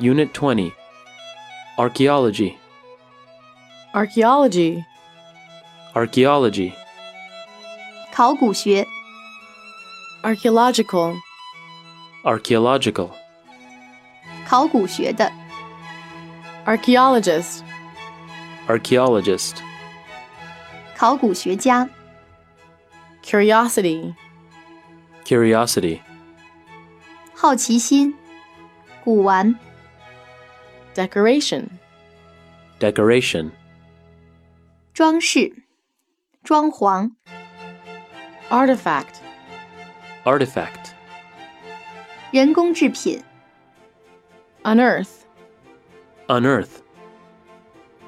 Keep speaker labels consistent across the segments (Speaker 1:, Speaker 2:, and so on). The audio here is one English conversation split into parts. Speaker 1: Unit 20 Archaeology,
Speaker 2: Archaeology.
Speaker 1: Archaeology,
Speaker 3: 考古学、
Speaker 2: Archaeological.
Speaker 1: Archaeological,
Speaker 3: 考古学的、
Speaker 2: Archaeologist.
Speaker 1: Archaeologist,
Speaker 3: 考古学家、
Speaker 2: Curiosity.
Speaker 1: Curiosity,
Speaker 3: 好奇心、古玩、
Speaker 2: Decoration.
Speaker 1: Decoration,
Speaker 3: 装饰、装潢、
Speaker 2: Artifact.
Speaker 1: Artifact,
Speaker 3: 人工制品、
Speaker 2: Unearth.
Speaker 1: Unearth,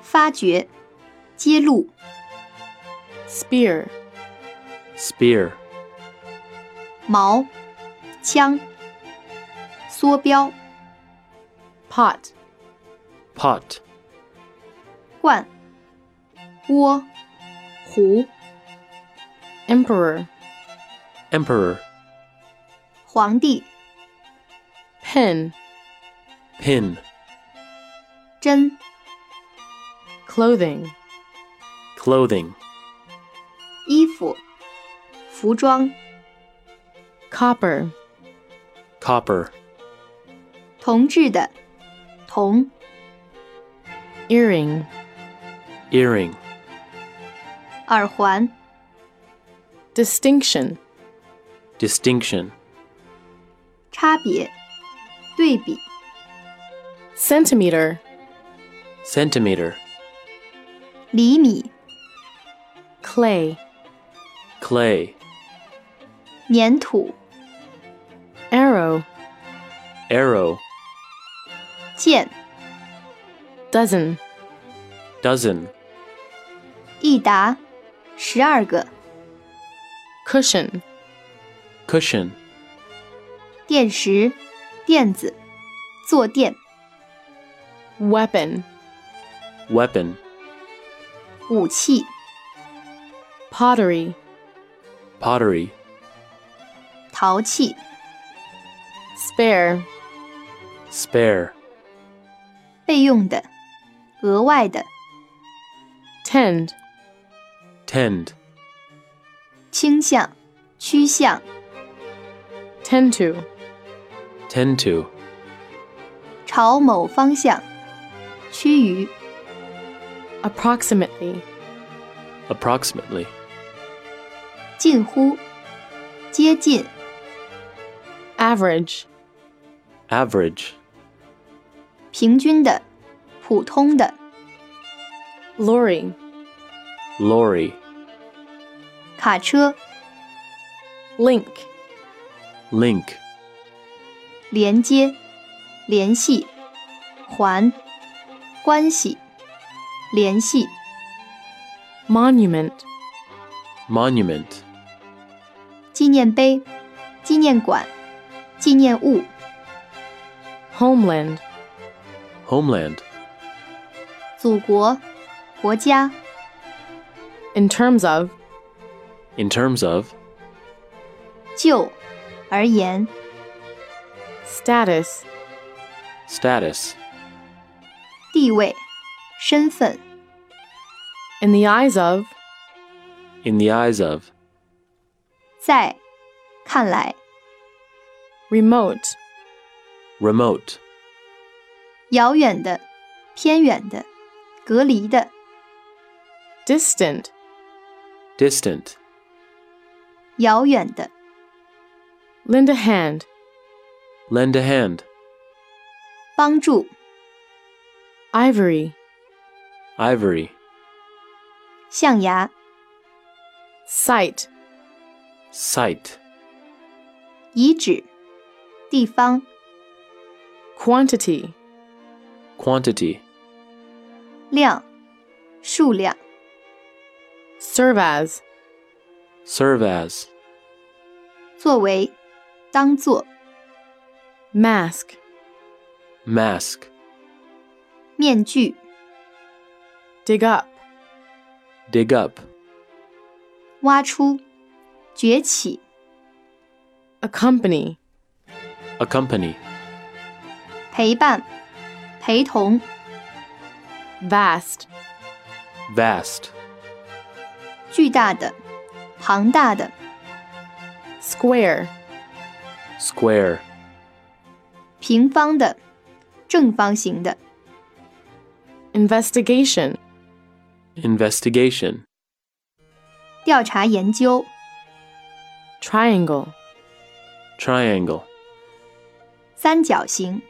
Speaker 3: 发掘、揭露、
Speaker 2: Spear.
Speaker 1: Spear,
Speaker 3: 矛、枪、梭镖、
Speaker 2: Pot.
Speaker 1: Pot,
Speaker 3: 罐、窝、壶、
Speaker 2: Emperor.
Speaker 1: Emperor,
Speaker 3: 皇帝、
Speaker 2: Pin.
Speaker 1: Pin,
Speaker 3: 针、
Speaker 2: Clothing.
Speaker 1: Clothing,
Speaker 3: 衣服、服装、
Speaker 2: Copper.
Speaker 1: Copper,
Speaker 3: 铜制的、铜、
Speaker 2: Earring.
Speaker 1: Earring,
Speaker 3: 耳环、
Speaker 2: Distinction.
Speaker 1: Distinction,
Speaker 3: 差别、对比、
Speaker 2: Centimeter.
Speaker 1: Centimeter,
Speaker 3: 厘米、
Speaker 2: Clay.
Speaker 1: Clay,
Speaker 3: 粘土、
Speaker 2: Arrow.
Speaker 1: Arrow,
Speaker 3: 剑、
Speaker 2: Dozen.
Speaker 1: Dozen,
Speaker 3: 一沓、十二个、
Speaker 2: Cushion.
Speaker 1: Cushion,
Speaker 3: 电石、垫子、坐垫、
Speaker 2: Weapon.
Speaker 1: Weapon,
Speaker 3: 武器、
Speaker 2: Pottery.
Speaker 1: Pottery,
Speaker 3: 陶器、
Speaker 2: Spare.
Speaker 1: Spare,
Speaker 3: 备用的、额外的、
Speaker 2: Tend.
Speaker 1: Tend,
Speaker 3: 倾向、趋向、
Speaker 2: Tend to.
Speaker 1: Tend to,
Speaker 3: 朝某方向、趋于、
Speaker 2: Approximately.
Speaker 1: Approximately,
Speaker 3: 近乎、接近、
Speaker 2: Average.
Speaker 1: Average,
Speaker 3: 平均的、普通的、
Speaker 2: Lorry.
Speaker 1: Lorry,
Speaker 3: 卡车、
Speaker 2: Link.
Speaker 1: Link,
Speaker 3: 连接、联系、还、关系、联系、
Speaker 2: Monument.
Speaker 1: Monument,
Speaker 3: 纪念碑、纪念馆、纪念物、
Speaker 2: Homeland.
Speaker 1: Homeland,
Speaker 3: 祖国、国家、
Speaker 2: In terms of.
Speaker 1: in terms of,
Speaker 3: 就而言、
Speaker 2: Status.
Speaker 1: status,
Speaker 3: 地位、身份、
Speaker 2: In the eyes of.
Speaker 1: in the eyes of,
Speaker 3: 在、看来、
Speaker 2: Remote.
Speaker 1: remote,
Speaker 3: 遥远的、偏远的、隔离的、
Speaker 2: Distant.
Speaker 1: distant,
Speaker 3: 遥远的、
Speaker 2: Lend a hand.
Speaker 1: lend a hand,
Speaker 3: 帮助、
Speaker 2: Ivory.
Speaker 1: ivory,
Speaker 3: 象牙、
Speaker 2: Sight.
Speaker 1: sight,
Speaker 3: 遗址、地方、
Speaker 2: Quantity.
Speaker 1: quantity,
Speaker 3: 量、数量、
Speaker 2: Serve as.
Speaker 1: serve as,
Speaker 3: 作为、当做、
Speaker 2: Mask.
Speaker 1: mask,
Speaker 3: 面具、
Speaker 2: Dig up.
Speaker 1: dig up,
Speaker 3: 挖出、崛起、
Speaker 2: Accompany.
Speaker 1: accompany,
Speaker 3: 陪伴、陪同、
Speaker 2: vast,
Speaker 1: vast,
Speaker 3: 巨大的、庞大的、
Speaker 2: square,
Speaker 1: square,
Speaker 3: 平方的、正方形的、
Speaker 2: investigation,
Speaker 1: investigation,
Speaker 3: 调查研究、
Speaker 2: triangle,
Speaker 1: triangle,
Speaker 3: 三角形、